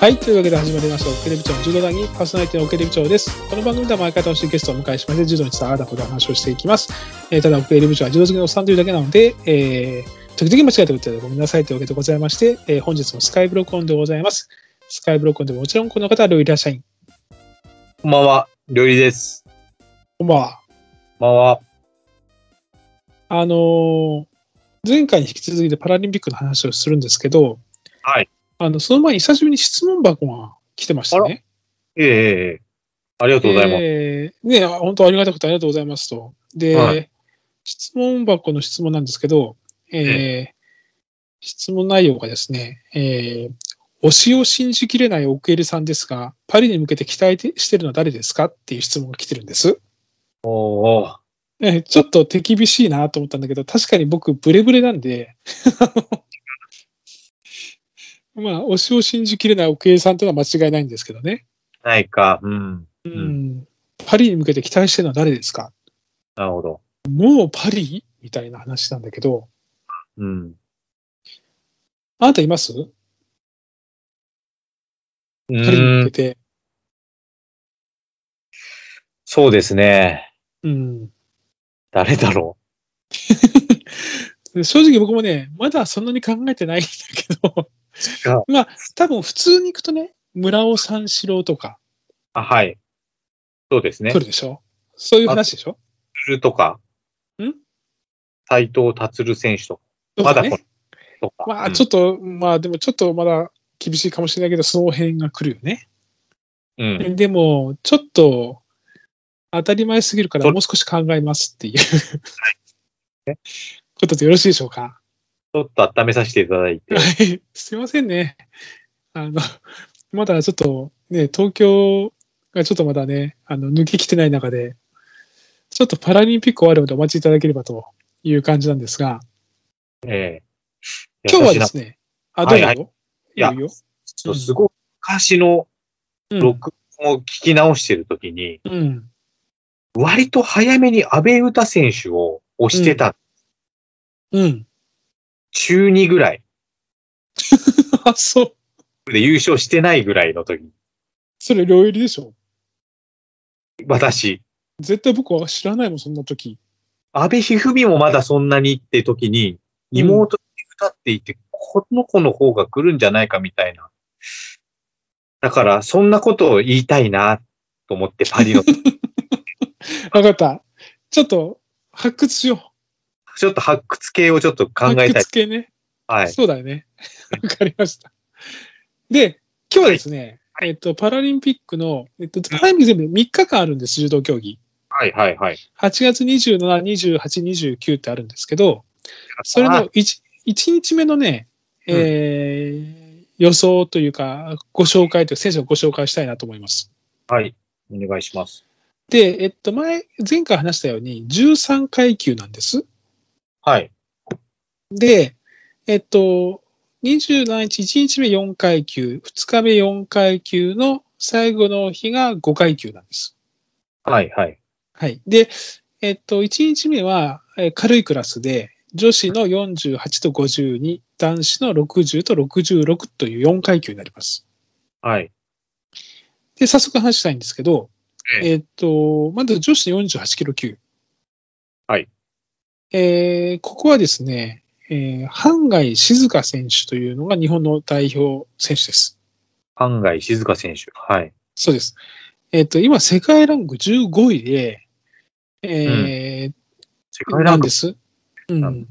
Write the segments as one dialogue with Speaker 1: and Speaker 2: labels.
Speaker 1: はい、というわけで始まりました、オケレビ長の柔道談義、パーソナリティのオケレビ長です。この番組では毎回楽しいゲストをお迎えしまして、柔道につながったことを話をしていきます。えーただ、オケレビ長は柔道好きのおっさんというだけなので、えー時々間違えて打ってたらごめんなさいというわけでございまして、えー本日もスカイブロックオンでございます。スカイブロックオンでももちろんこの方はルイラ社員。
Speaker 2: こんばんは、料理です。
Speaker 1: こんばんは。
Speaker 2: こんばんは。
Speaker 1: あのー前回に引き続いてパラリンピックの話をするんですけど、
Speaker 2: はい。
Speaker 1: あの、その前に久しぶりに質問箱が来てましたね。
Speaker 2: ええええありがとうございます。
Speaker 1: えーね本当ありがたくてありがとうございますと。で、
Speaker 2: は
Speaker 1: 質問箱の質問なんですけど、えー質問内容がですね、えー推しを信じきれないオクエルさんですが、パリに向けて期待してるのは誰ですかっていう質問が来てるんです。
Speaker 2: おー
Speaker 1: えーちょっと手厳しいなと思ったんだけど、確かに僕、ブレブレなんで、 まあ、推しを信じきれないオクエルさんというのは間違いないんですけどね。
Speaker 2: ないか。うん。
Speaker 1: うんん、パリに向けて期待してるのは誰ですか
Speaker 2: なるほど。
Speaker 1: もうパリみたいな話なんだけど、
Speaker 2: うん。
Speaker 1: あなたいます
Speaker 2: う
Speaker 1: パリに向け
Speaker 2: ーん。
Speaker 1: て。
Speaker 2: そうですね。
Speaker 1: うん、
Speaker 2: 誰だろ
Speaker 1: 正直僕もね、まだそんなに考えてないんだけど、
Speaker 2: う。あ
Speaker 1: まあ、多分普通に行くとね、村尾三四郎とか
Speaker 2: あ、はい。そうですね
Speaker 1: 来。るでしょ、そういう話でしょ
Speaker 2: つるとか。
Speaker 1: ん
Speaker 2: 斎藤達選手とか。
Speaker 1: と
Speaker 2: ま
Speaker 1: か
Speaker 2: だ
Speaker 1: ね
Speaker 2: これ。とか。
Speaker 1: ま
Speaker 2: う
Speaker 1: あ、
Speaker 2: ん
Speaker 1: ちょっと、まあ、でもちょっとまだ厳しいかもしれないけど、その辺が来るよね。
Speaker 2: うん。
Speaker 1: でも、ちょっと、当たり前すぎるから、
Speaker 2: それ
Speaker 1: もう少し考えますっていう、 ことでよろしいでしょうか
Speaker 2: ちょっと温めさせていただいて。
Speaker 1: はい、すいませんね。あの、 まだちょっと、ね、東京がちょっとまだね、あの、抜けきてない中で、ちょっとパラリンピック終わるまでお待ちいただければという感じなんですが、
Speaker 2: ええ
Speaker 1: 今日はで
Speaker 2: 優し
Speaker 1: すね、あ、どうぞ。
Speaker 2: はいいいや
Speaker 1: いよ。
Speaker 2: いなすごい昔の
Speaker 1: うん
Speaker 2: 録音を聞き直してるときに、
Speaker 1: うん。
Speaker 2: 割と早めに安倍詩選手を押してた、
Speaker 1: うん。
Speaker 2: 中2ぐらい
Speaker 1: あ、そう。
Speaker 2: で優勝してないぐらいの時、
Speaker 1: それ、両入りでしょ。
Speaker 2: 私、
Speaker 1: 絶対僕は知らないもん、そんな時。
Speaker 2: 安倍一二三もまだそんなにって時に、妹に歌っていて、この子の方が来るんじゃないかみたいな。だから、そんなことを言いたいな、と思ってパリの、ち
Speaker 1: わかった。ちょっと、発掘しよう。
Speaker 2: ょっと発掘系をちょっと考えたい
Speaker 1: 発。掘系ね。
Speaker 2: はい。
Speaker 1: そうだよね。 わかりました。で、今日はですね、えっと、パラリンピックの、えっと、パラリンピック全部3日間あるんです、柔道競技。
Speaker 2: はい、はい、はい。
Speaker 1: 8月27、28、29ってあるんですけど、それ
Speaker 2: あ
Speaker 1: の 1, 一日目のね、えー予想というか、ご紹介という、選手をご紹介したいなと思います。
Speaker 2: はい。お願いします。
Speaker 1: で、えっと、前、前回話したように、13階級なんです。
Speaker 2: はい。
Speaker 1: で、えっと、27日、1日目4階級、2日目4階級の最後の日が5階級なんです。
Speaker 2: はい、はい。
Speaker 1: はい。で、えっと、1日目はえー軽いクラスで、女子の48と52、男子の60と66という4階級になります。
Speaker 2: はい。
Speaker 1: で、早速話したいんですけど、
Speaker 2: え
Speaker 1: えっと、まず女子48キロ級。
Speaker 2: はい。
Speaker 1: えーここはですね、えー、ハンガイ静香選手というのが日本の代表選手です。
Speaker 2: 半外静香選手。はい。
Speaker 1: そうです。えっと、今、世界ランク15位で、えー
Speaker 2: 世界ラ
Speaker 1: な
Speaker 2: ン
Speaker 1: ん
Speaker 2: ク
Speaker 1: で。す。うん。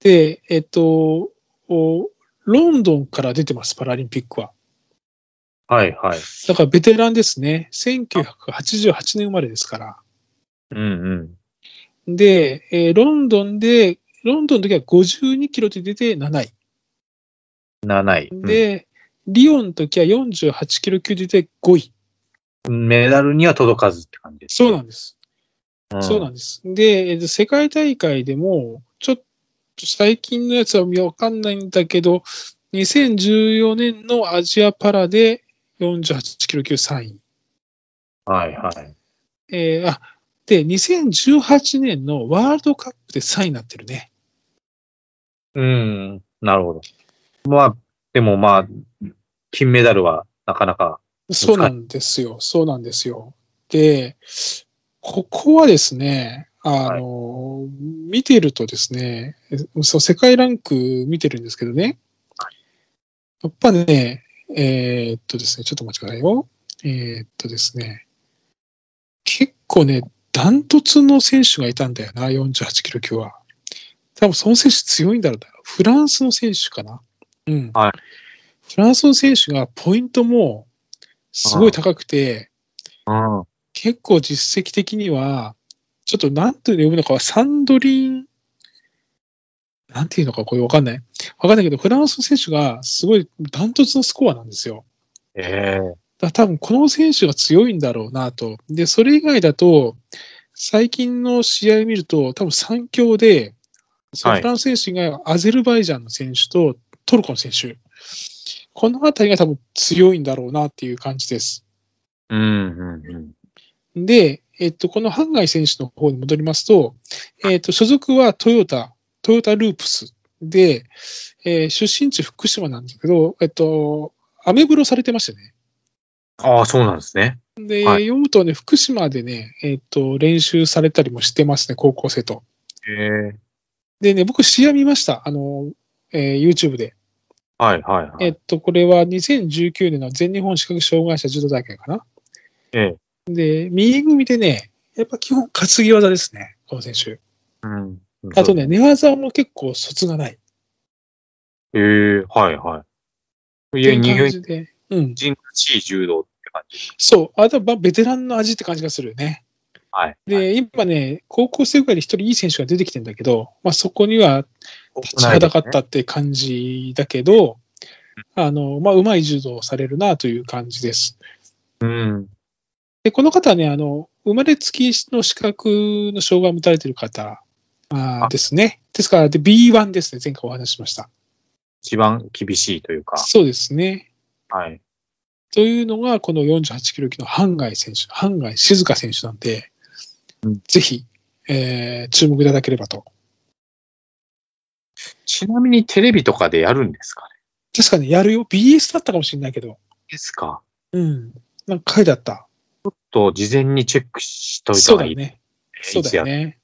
Speaker 1: で、えっと、おロンドンから出てます、パラリンピックは。
Speaker 2: はい、はい。
Speaker 1: だからベテランですね。1988年生まれですから。
Speaker 2: うん、うん。
Speaker 1: で、えーロンドンで、ロンドンの時は52キロで出て7位。
Speaker 2: 7位。うん
Speaker 1: で、リオンの時は48キロ級で出て5位。
Speaker 2: メダルには届かずって感じです。
Speaker 1: そうなんです。
Speaker 2: ん
Speaker 1: そうなんです。で、えー世界大会でも、ちょっと最近のやつはわかんないんだけど、2014年のアジアパラで48キロ級3位。
Speaker 2: はいはい。
Speaker 1: えーあ、で、2018年のワールドカップで3位になってるね。
Speaker 2: うん。なるほど。まあ、でもまあ、金メダルはなかなか。
Speaker 1: そうなんですよ。そうなんですよ。で、ここはですね、あの、見てるとですね、そう、世界ランク見てるんですけどね。やっぱね、えーっとですね、ちょっとお待ちくださいよ。えーっとですね、結構ね、ダントツの選手がいたんだよな、48キロ級は。多分その選手強いんだろうな。フランスの選手かな。うん。
Speaker 2: はい
Speaker 1: フランスの選手がポイントもすごい高くて、
Speaker 2: うん。
Speaker 1: 結構実績的には、ちょっとなんて読むのかは、サンドリン、なんていうのか、これわかんない。わかんないけど、フランスの選手がすごいダントツのスコアなんですよ。
Speaker 2: ええ
Speaker 1: だから多分この選手が強いんだろうなと。で、それ以外だと、最近の試合見ると、多分3強で、その
Speaker 2: はい
Speaker 1: フランス選手がアゼルバイジャンの選手とトルコの選手。このあたりが多分強いんだろうなっていう感じです。
Speaker 2: うん、うん、うん。
Speaker 1: で、えっと、このハンガイ選手の方に戻りますと、えっと、所属はトヨタ、トヨタループスで、えー出身地福島なんだけど、えっと、アメブロされてましたね。
Speaker 2: ああ、そうなんですね。
Speaker 1: で、
Speaker 2: はい
Speaker 1: 読むとね、福島でね、えっと、練習されたりもしてますね、高校生と。
Speaker 2: ええ
Speaker 1: でね、僕試合見ました。あの、えー YouTube で。
Speaker 2: はい、はい、はい。
Speaker 1: えっと、これは2019年の全日本視覚障害者柔道大会かな。
Speaker 2: ええ
Speaker 1: で、右組みでね、やっぱ基本担ぎ技ですね、この選手。
Speaker 2: うん。
Speaker 1: あとね、。寝技も結構卒がない。
Speaker 2: ええはい、はい。いや、
Speaker 1: って
Speaker 2: 日
Speaker 1: いう感
Speaker 2: 本
Speaker 1: じで。うん。
Speaker 2: 人らしい柔道って感じ。
Speaker 1: そう。あとはベテランの味って感じがするよね。
Speaker 2: はい。はい、
Speaker 1: で、今ね、高校生ぐらいで一人いい選手が出てきてんだけど、まあそこには立ちはだかったって感じだけど、あの、まあうまい柔道をされるなという感じです。
Speaker 2: うん。
Speaker 1: で、この方はね、あの、生まれつきの資格の障害を持たれている方あー
Speaker 2: あ
Speaker 1: ですね。ですから、で B1 ですね。前回お話ししました。
Speaker 2: 一番厳しいというか。
Speaker 1: そうですね。
Speaker 2: はい。
Speaker 1: というのが、この48キロ級のハンガイ選手、ハンガイ静香選手なんで、
Speaker 2: うん
Speaker 1: ぜひ、えー注目いただければと。
Speaker 2: ちなみにテレビとかでやるんですかね
Speaker 1: 確かにやるよ。BS だったかもしれないけど。
Speaker 2: ですか。
Speaker 1: うん。なんか書いてあった。
Speaker 2: と、事前にチェックしといた
Speaker 1: そ
Speaker 2: 方
Speaker 1: う
Speaker 2: が
Speaker 1: だ
Speaker 2: いい。
Speaker 1: よね。そうだよね。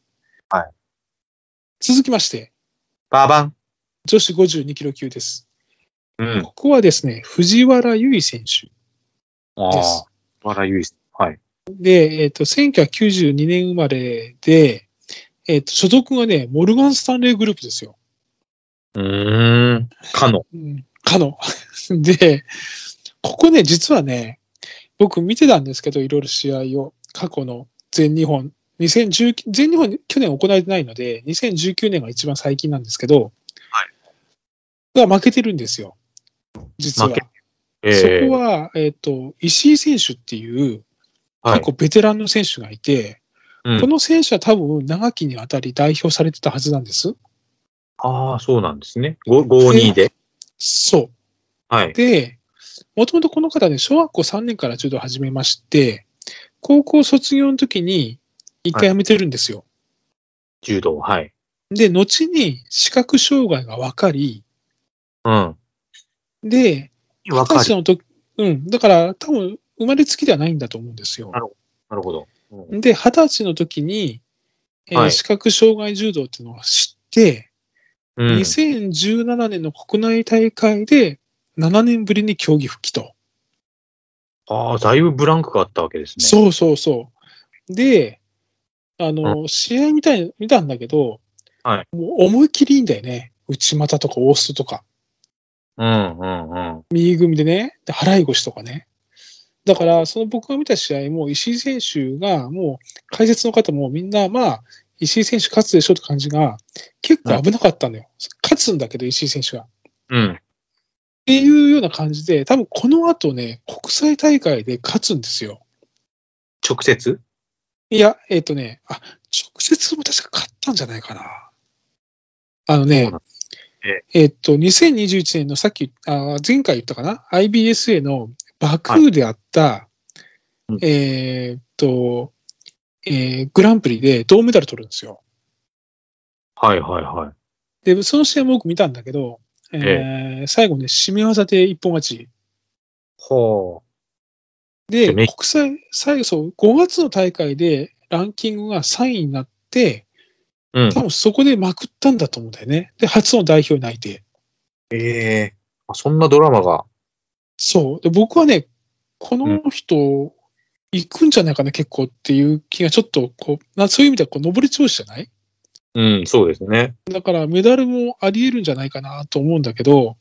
Speaker 2: はい。
Speaker 1: 続きまして、
Speaker 2: バーバン。
Speaker 1: 女子52キロ級です。
Speaker 2: うん。
Speaker 1: ここはですね、藤原優衣選手。
Speaker 2: あ
Speaker 1: で
Speaker 2: あ
Speaker 1: す、
Speaker 2: 原由衣。はい。
Speaker 1: で、えっ、と、1992年生まれで、えっ、と、所属がね、モルガン・スタンレーグループですよ。
Speaker 2: うーん。かの。
Speaker 1: うんかの。 で、ここね、実はね、僕見てたんですけど、いろいろ試合を、過去の全日本、2019全日本、去年行われてないので、2019年が一番最近なんですけど、はい。が負けてるんですよ、実は
Speaker 2: 負。ええ
Speaker 1: そこは、えっ、と、石井選手っていう、
Speaker 2: は
Speaker 1: 結
Speaker 2: い。
Speaker 1: 構ベテランの選手がいて、
Speaker 2: うん
Speaker 1: この選手は多分長きにわたり代表されてたはずなんです。
Speaker 2: ああ、そうなんですね。5、5、2で。
Speaker 1: そう。
Speaker 2: はい。
Speaker 1: で、もともとこの方ね、小学校3年から柔道を始めまして、高校卒業の時に一回辞めてるんですよ。
Speaker 2: 柔道。はい。
Speaker 1: で、後に視覚障害が分かり、
Speaker 2: うん。
Speaker 1: で、
Speaker 2: わ
Speaker 1: 二
Speaker 2: か
Speaker 1: 十歳
Speaker 2: る。
Speaker 1: の時、うん、だから多分生まれつきではないんだと思うんですよ。
Speaker 2: なるほど。うん
Speaker 1: で、二十歳の時に、えー
Speaker 2: はい
Speaker 1: 視覚障害柔道っていうのを知って、
Speaker 2: うん。
Speaker 1: 2017年の国内大会で7年ぶりに競技復帰と。
Speaker 2: ああ、だいぶブランクがあったわけですね。
Speaker 1: そうそうそう。で、あの、試合見たい見たんだけど、
Speaker 2: は
Speaker 1: もう思いっきりいいんだよね。内股とかオーストとか、
Speaker 2: うんうんうん。
Speaker 1: 右組みでね、で払い腰とかね。だから、その僕が見た試合も、石井選手が、もう、解説の方もみんな、まあ、石井選手勝つでしょって感じが、結構危なかったんだよ。勝つんだけど、石井選手が。っ
Speaker 2: うん。
Speaker 1: ていうような感じで、多分この後ね、国際大会で勝つんですよ。
Speaker 2: 直接
Speaker 1: いや、えっ、とね、あ、直接も確か勝ったんじゃないかな。あの
Speaker 2: そ
Speaker 1: ね
Speaker 2: うなん、
Speaker 1: えっ、と、2021年のさっき、あ前回言ったかな ?IBSA のバクーであった、
Speaker 2: うん
Speaker 1: えーっと、えーグランプリで銅メダル取るんですよ。
Speaker 2: はいはいはい。
Speaker 1: で、その試合も僕見たんだけど、えー最後ね、締め技で一本勝ち。
Speaker 2: ほ
Speaker 1: で、
Speaker 2: で
Speaker 1: 国
Speaker 2: ね
Speaker 1: 際、最後、そう、5月の大会でランキングが3位になって、
Speaker 2: う。うん
Speaker 1: 多。分そこでまくったんだと思うんだよね。で、初の代表内定。
Speaker 2: ええあそんなドラマが。
Speaker 1: そう。で、僕はね、この人、行くんじゃないかな、結構っていう気が、ちょっと、こう、なそういう意味では、こう、上り調子じゃない
Speaker 2: うん、そうですね。
Speaker 1: だから、メダルもあり得るんじゃないかなと思うんだけど、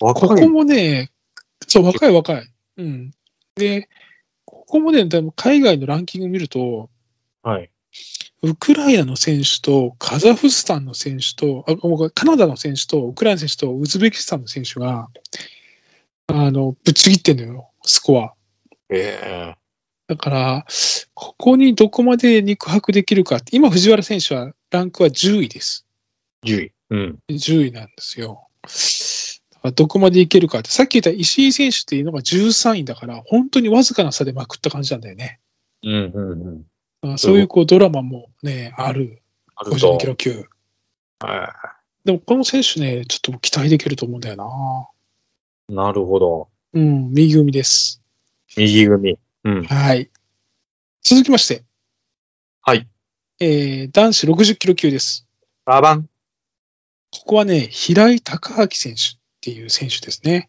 Speaker 2: 若
Speaker 1: こ
Speaker 2: い。
Speaker 1: こもね、そう、若い若い。うん。で、ここもね、でも海外のランキング見ると、
Speaker 2: はい。
Speaker 1: ウクライナの選手と、カザフスタンの選手と、あごめんごめんカナダの選手と、ウクライナの選手と、ウズベキスタンの選手が、あの、ぶっちぎってんのよ、スコア。
Speaker 2: え
Speaker 1: だから、ここにどこまで肉薄できるか。今、藤原選手は、ランクは10位です。
Speaker 2: え10位。うん。
Speaker 1: 10位なんですよ。だからどこまでいけるかって。さっき言った石井選手っていうのが13位だから、本当にわずかな差でまくった感じなんだよね。
Speaker 2: うん、うん、うん。
Speaker 1: だからそういうこうドラマもね、ある。
Speaker 2: ある
Speaker 1: 52
Speaker 2: と
Speaker 1: キ。ロ級。
Speaker 2: は
Speaker 1: でもこの選手ね、ちょっと期待できると思うんだよな。
Speaker 2: い。なるほど。
Speaker 1: うん、右組みです。
Speaker 2: 右組。うん。
Speaker 1: はい。続きまして、
Speaker 2: はい。
Speaker 1: えー男子60キロ級です。
Speaker 2: ラバン。
Speaker 1: ここはね、平井隆明選手っていう選手ですね。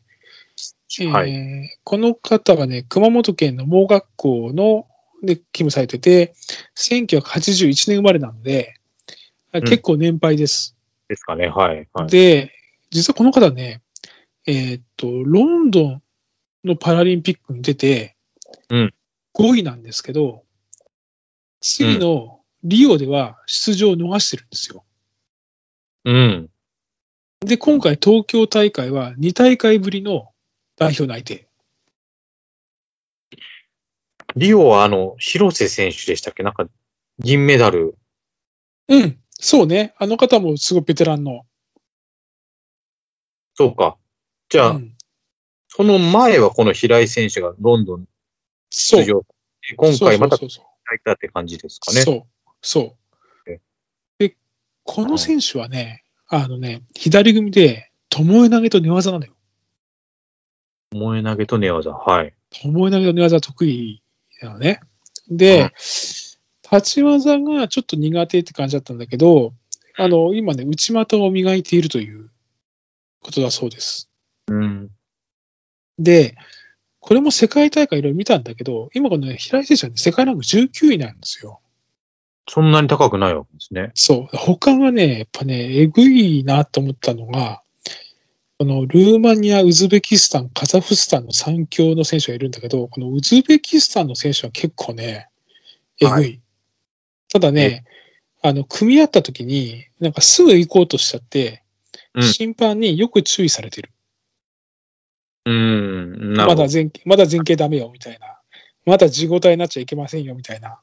Speaker 1: えー
Speaker 2: はい。
Speaker 1: この方はね、熊本県の盲学校ので勤務されてて、1981年生まれなので、
Speaker 2: ん
Speaker 1: 結構年配です。
Speaker 2: ですかね。はい。はい。
Speaker 1: で、実はこの方ね、えーっと、ロンドンのパラリンピックに出て、
Speaker 2: うん
Speaker 1: 5位なんですけど、次のリオでは出場を逃してるんですよ。
Speaker 2: うん。
Speaker 1: で、今回東京大会は2大会ぶりの代表内定。
Speaker 2: リオはあの、広瀬選手でしたっけなんか、銀メダル。
Speaker 1: うん、そうね。あの方もすごいベテランの。
Speaker 2: そうか。じゃあ、
Speaker 1: うん
Speaker 2: その前はこの平井選手がロンドン
Speaker 1: そ
Speaker 2: 出
Speaker 1: う。
Speaker 2: 場。今回また
Speaker 1: そうそう
Speaker 2: 入ったって感じですか
Speaker 1: そう
Speaker 2: ね。
Speaker 1: そう。そう
Speaker 2: え
Speaker 1: で、この選手はね、あのね、左組で、ともえ投げと寝技なのよ。
Speaker 2: 萌え投げと寝技。はい。
Speaker 1: ともえ投げと寝技得意なのね。で、
Speaker 2: うん
Speaker 1: 立ち技がちょっと苦手って感じだったんだけど、あの、今ね、内股を磨いているということだそうです。
Speaker 2: うん。
Speaker 1: で、これも世界大会いろいろ見たんだけど、今この、ね、平井選手は、ね、世界ランク19位なんですよ。
Speaker 2: そんなに高くないわけですね。
Speaker 1: そう。他がね、やっぱね、えぐいなと思ったのが、このルーマニア、ウズベキスタン、カザフスタンの3強の選手がいるんだけど、このウズベキスタンの選手は結構ね、えぐい。
Speaker 2: は
Speaker 1: ただね、あの、組み合った時に、なんかすぐ行こうとしちゃって、
Speaker 2: うん
Speaker 1: 審判によく注意されてる。
Speaker 2: うん。なる
Speaker 1: ま
Speaker 2: ほ
Speaker 1: だ
Speaker 2: ど。
Speaker 1: 前傾、まだ前傾ダメよ、みたいな。まだ自己体になっちゃいけませんよ、みたいな。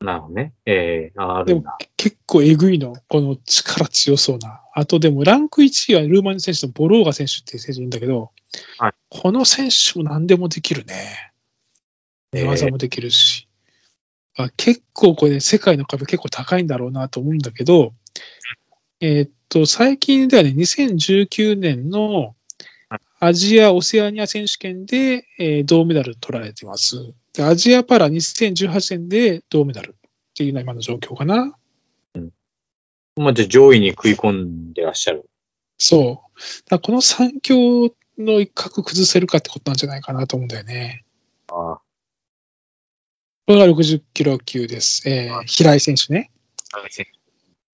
Speaker 2: なるほどね。ええあ
Speaker 1: で
Speaker 2: るん
Speaker 1: も
Speaker 2: だ。
Speaker 1: 結構えぐいの、この力強そうな。あとでもランク1位はルーマニア選手のボローガ選手っていう選手いるんだけど、
Speaker 2: はい
Speaker 1: この選手も何でもできるね。
Speaker 2: えー
Speaker 1: 寝技もできるし。あ結構これ、ね、世界の壁結構高いんだろうなと思うんだけど、えーっと、最近ではね、2019年のアジア・オセアニア選手権で、えー銅メダル取られてます。でアジアパラ2018年で銅メダルっていうのは今の状況かな。
Speaker 2: まあ、じゃあ上位に食い込んでらっしゃる。
Speaker 1: そう。だからこの三強の一角崩せるかってことなんじゃないかなと思うんだよね。
Speaker 2: ああ。
Speaker 1: これが60キロ級です。えー、平井選手ね。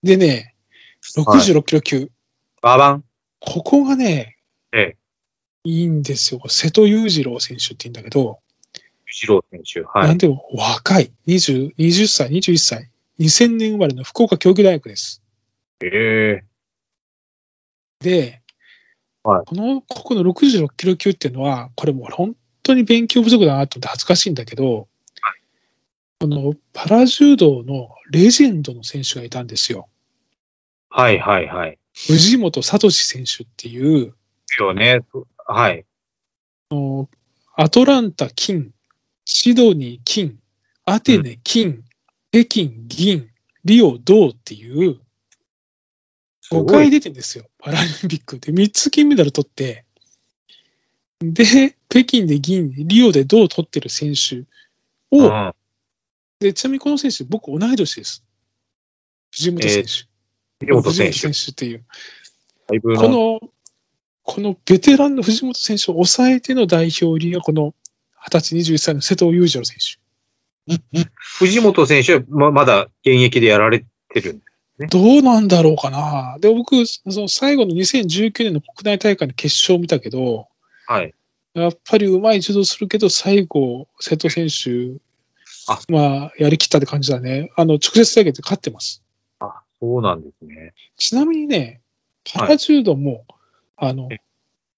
Speaker 1: でね、66キロ級。
Speaker 2: ババン。
Speaker 1: ここがね、
Speaker 2: ええ。
Speaker 1: いいんですよ。瀬戸裕次郎選手って言うんだけど、
Speaker 2: 一郎選手。は
Speaker 1: なん
Speaker 2: い。
Speaker 1: でも若い。20、20歳、21歳。2000年生まれの福岡教育大学です。
Speaker 2: ええ
Speaker 1: で、
Speaker 2: はい
Speaker 1: この、ここの66キロ級っていうのは、これもう本当に勉強不足だなと思って恥ずかしいんだけど、このパラ柔道のレジェンドの選手がいたんですよ。
Speaker 2: はいはいはい。
Speaker 1: 藤本聡選手っていう、
Speaker 2: ですよね。はい。
Speaker 1: あのアトランタ金、シドニー金、アテネ金、北京銀、リオ銅っていう、
Speaker 2: す
Speaker 1: 5
Speaker 2: ご
Speaker 1: 回
Speaker 2: い。
Speaker 1: 出てるんですよ、パラリンピックで。3つ金メダル取って、で、北京で銀、リオで銅を取ってる選手
Speaker 2: う
Speaker 1: を、
Speaker 2: ん。
Speaker 1: で、ちなみにこの選手、僕同い年です。藤本選手。
Speaker 2: 杉本
Speaker 1: 藤
Speaker 2: 選
Speaker 1: 本
Speaker 2: 手
Speaker 1: 選、手っていう。
Speaker 2: だいぶ
Speaker 1: こ
Speaker 2: の、
Speaker 1: の、このベテランの藤本選手を抑えての代表入りが、この20歳、21歳の瀬戸裕次郎選手。
Speaker 2: 藤本選手はままだ現役でやられてる。
Speaker 1: どうなんだろうかな。で、僕、その最後の2019年の国内大会の決勝を見たけど、
Speaker 2: はい。
Speaker 1: やっぱりうまい柔道するけど、最後、瀬戸選手
Speaker 2: あ、
Speaker 1: まあ、やりきったって感じだね。あの、直接対決で勝ってます。
Speaker 2: あ、そうなんですね。
Speaker 1: ちなみにね、
Speaker 2: は
Speaker 1: パ
Speaker 2: い
Speaker 1: ラ柔道も、あの
Speaker 2: え、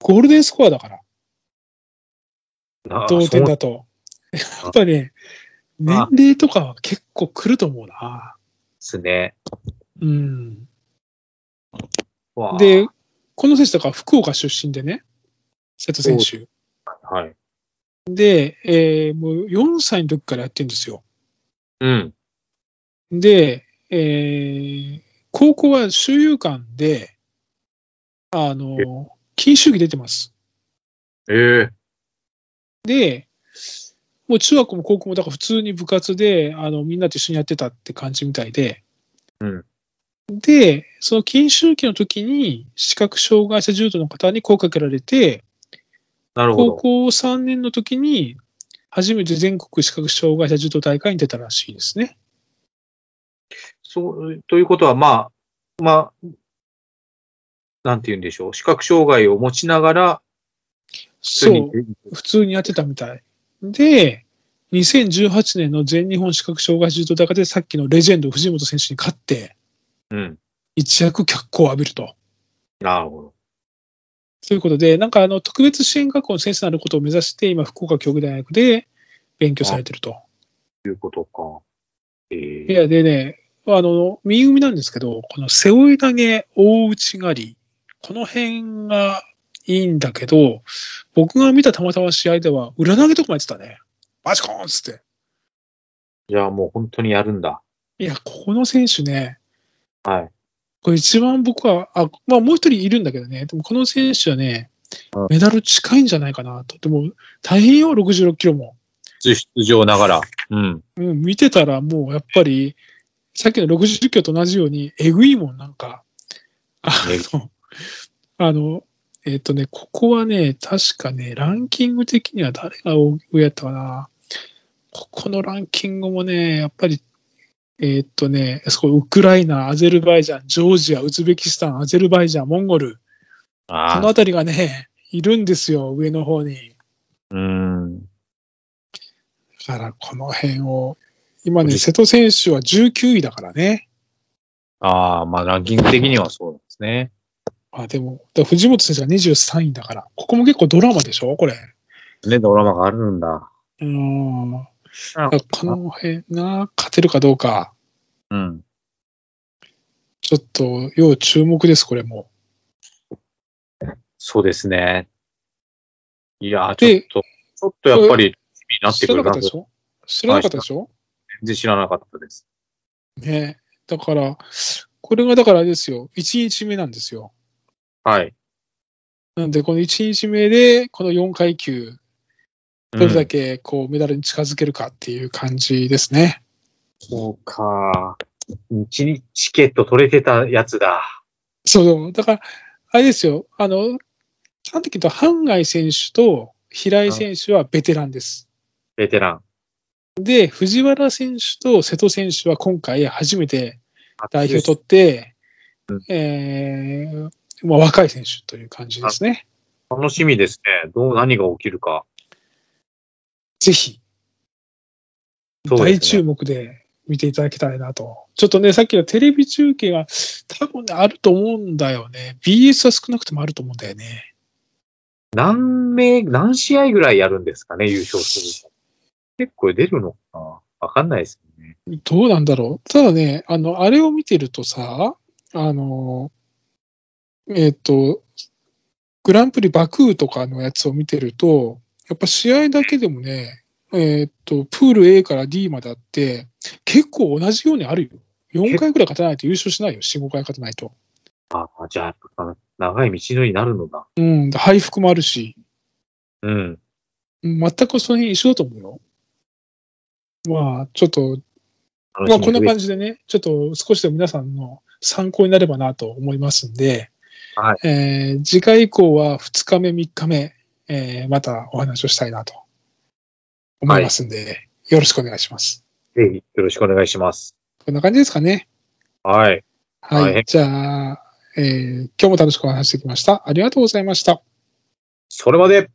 Speaker 1: ゴールデンスコアだから、
Speaker 2: な
Speaker 1: 同点だと。やっぱりね、年
Speaker 2: あ
Speaker 1: 齢とかは結構来ると思うな。
Speaker 2: そうですね。
Speaker 1: うん。
Speaker 2: わあ
Speaker 1: で、、この選手だから福岡出身でね、瀬戸選手。
Speaker 2: はい。
Speaker 1: で、えーもう4歳の時からやってるんですよ。
Speaker 2: うん。
Speaker 1: で、えー高校は周遊館で、あの、禁酒儀出てます。
Speaker 2: ええ
Speaker 1: で、もう中学も高校もだから普通に部活で、あの、みんなと一緒にやってたって感じみたいで、
Speaker 2: うん
Speaker 1: で、その禁酒期の時に視覚障害者重度の方に声かけられて、
Speaker 2: なるほ
Speaker 1: 高
Speaker 2: ど。
Speaker 1: 校3年の時に初めて全国視覚障害者柔道大会に出たらしいですね。
Speaker 2: そう、ということは、まあ、まあ、なんて言うんでしょう。視覚障害を持ちながら、
Speaker 1: そ
Speaker 2: 普
Speaker 1: う。
Speaker 2: 通に
Speaker 1: 普通にやってたみたい。で、2018年の全日本視覚障害者柔道大会でさっきのレジェンド藤本選手に勝って、
Speaker 2: うん。
Speaker 1: 一躍脚光を浴びると。
Speaker 2: なるほど。
Speaker 1: ということで、なんかあの特別支援学校の先生になることを目指して、今、福岡教育大学で勉強されてると。
Speaker 2: ということか。え
Speaker 1: い
Speaker 2: え
Speaker 1: や、でね、あの、右組みなんですけど、この背負い投げ、大内刈り、この辺がいいんだけど、僕が見たたまたま試合では、裏投げとかもやってたね。バチコーンっつって。
Speaker 2: じゃあもう本当にやるんだ。
Speaker 1: いや、ここの選手ね、
Speaker 2: はい。
Speaker 1: これ一番僕は、あまあ、もう一人いるんだけどね、でもこの選手はね
Speaker 2: うん、
Speaker 1: メダル近いんじゃないかなと。でも、大変よ、66キロも。
Speaker 2: 出出場ながら。うん。
Speaker 1: うん、見てたらもうやっぱり、さっきの60キロと同じように、えぐいもん、なんか。あの、あの、えっ、とね、ここはね、確かね、ランキング的には誰が上やったかな。ここのランキングもね、やっぱり、えっ、とね、そこ、ウクライナ、アゼルバイジャン、ジョージア、ウズベキスタン、アゼルバイジャン、モンゴル、その
Speaker 2: ああ。
Speaker 1: あたりがね、いるんですよ、上の方に。
Speaker 2: うん。
Speaker 1: だから、この辺を、今ね、
Speaker 2: うん
Speaker 1: 瀬戸選手は19位だからね。
Speaker 2: ああ、まあランキング的にはそうなんですね。
Speaker 1: あ、でも、だから藤本選手が23位だから、ここも結構ドラマでしょこれ。
Speaker 2: ね、ドラマがあるんだ。
Speaker 1: うーん。だからこの辺が勝てるかどうか、
Speaker 2: うん。
Speaker 1: ちょっと要注目です、これも。
Speaker 2: そうですね。いやー、
Speaker 1: で
Speaker 2: ちょっと、ちょっとやっぱり、気になって
Speaker 1: 知
Speaker 2: く
Speaker 1: らな
Speaker 2: る
Speaker 1: かっ
Speaker 2: な
Speaker 1: た
Speaker 2: と
Speaker 1: でしょ知らなかったでしょ
Speaker 2: 全然知らなかったです。
Speaker 1: ねだから、これがだからあれですよ、1日目なんですよ。
Speaker 2: はい。
Speaker 1: なんで、この1日目で、この4階級、
Speaker 2: う
Speaker 1: どれだ
Speaker 2: ん、
Speaker 1: けこうメダルに近づけるかっていう感じですね。
Speaker 2: そうか。一日チケット取れてたやつだ。
Speaker 1: そう、だから、あれですよ、あの、ちゃんと聞くと、ハンガイ選手と平井選手はベテランです。
Speaker 2: ベテラン。
Speaker 1: で、藤原選手と瀬戸選手は今回初めて代表取って
Speaker 2: うん、え
Speaker 1: えーまあ、若い選手という感じですね。
Speaker 2: 楽しみですね。どう、何が起きるか。
Speaker 1: ぜひ、
Speaker 2: そうですね
Speaker 1: 大注目で見ていただきたいなと。ちょっとね、さっきのテレビ中継が多分ね、あると思うんだよね。BS は少なくともあると思うんだよね。
Speaker 2: 何名、何試合ぐらいやるんですかね、優勝するの。結構出るのかなわかんないですよね。
Speaker 1: どうなんだろう。ただね、あの、あれを見てるとさ、あの、えっ、と、グランプリバクーとかのやつを見てると、やっぱ試合だけでもね、えっ、と、プール A から D まであって、結構同じようにあるよ。4回ぐらい勝たないと優勝しないよ。4、5回勝たないと。
Speaker 2: ああ、じゃあ、長い道のりになるのだ。
Speaker 1: うん。で配服もあるし。
Speaker 2: うん。
Speaker 1: 全くそれに一緒だと思うよ。まあ、ちょっと、
Speaker 2: 楽し
Speaker 1: まあ、
Speaker 2: み
Speaker 1: こんな
Speaker 2: で
Speaker 1: 感じでね、ちょっと少しでも皆さんの参考になればなと思いますんで、
Speaker 2: はい
Speaker 1: えー次回以降は2日目、3日目、えーまたお話をしたいなと思いますんで、よろしくお願いします。
Speaker 2: ぜひ、よろしくお願いします。
Speaker 1: こんな感じですかね。
Speaker 2: はい。
Speaker 1: はい。
Speaker 2: はい
Speaker 1: じゃあ、えー今日も楽しくお話してきました。ありがとうございました。
Speaker 2: それまで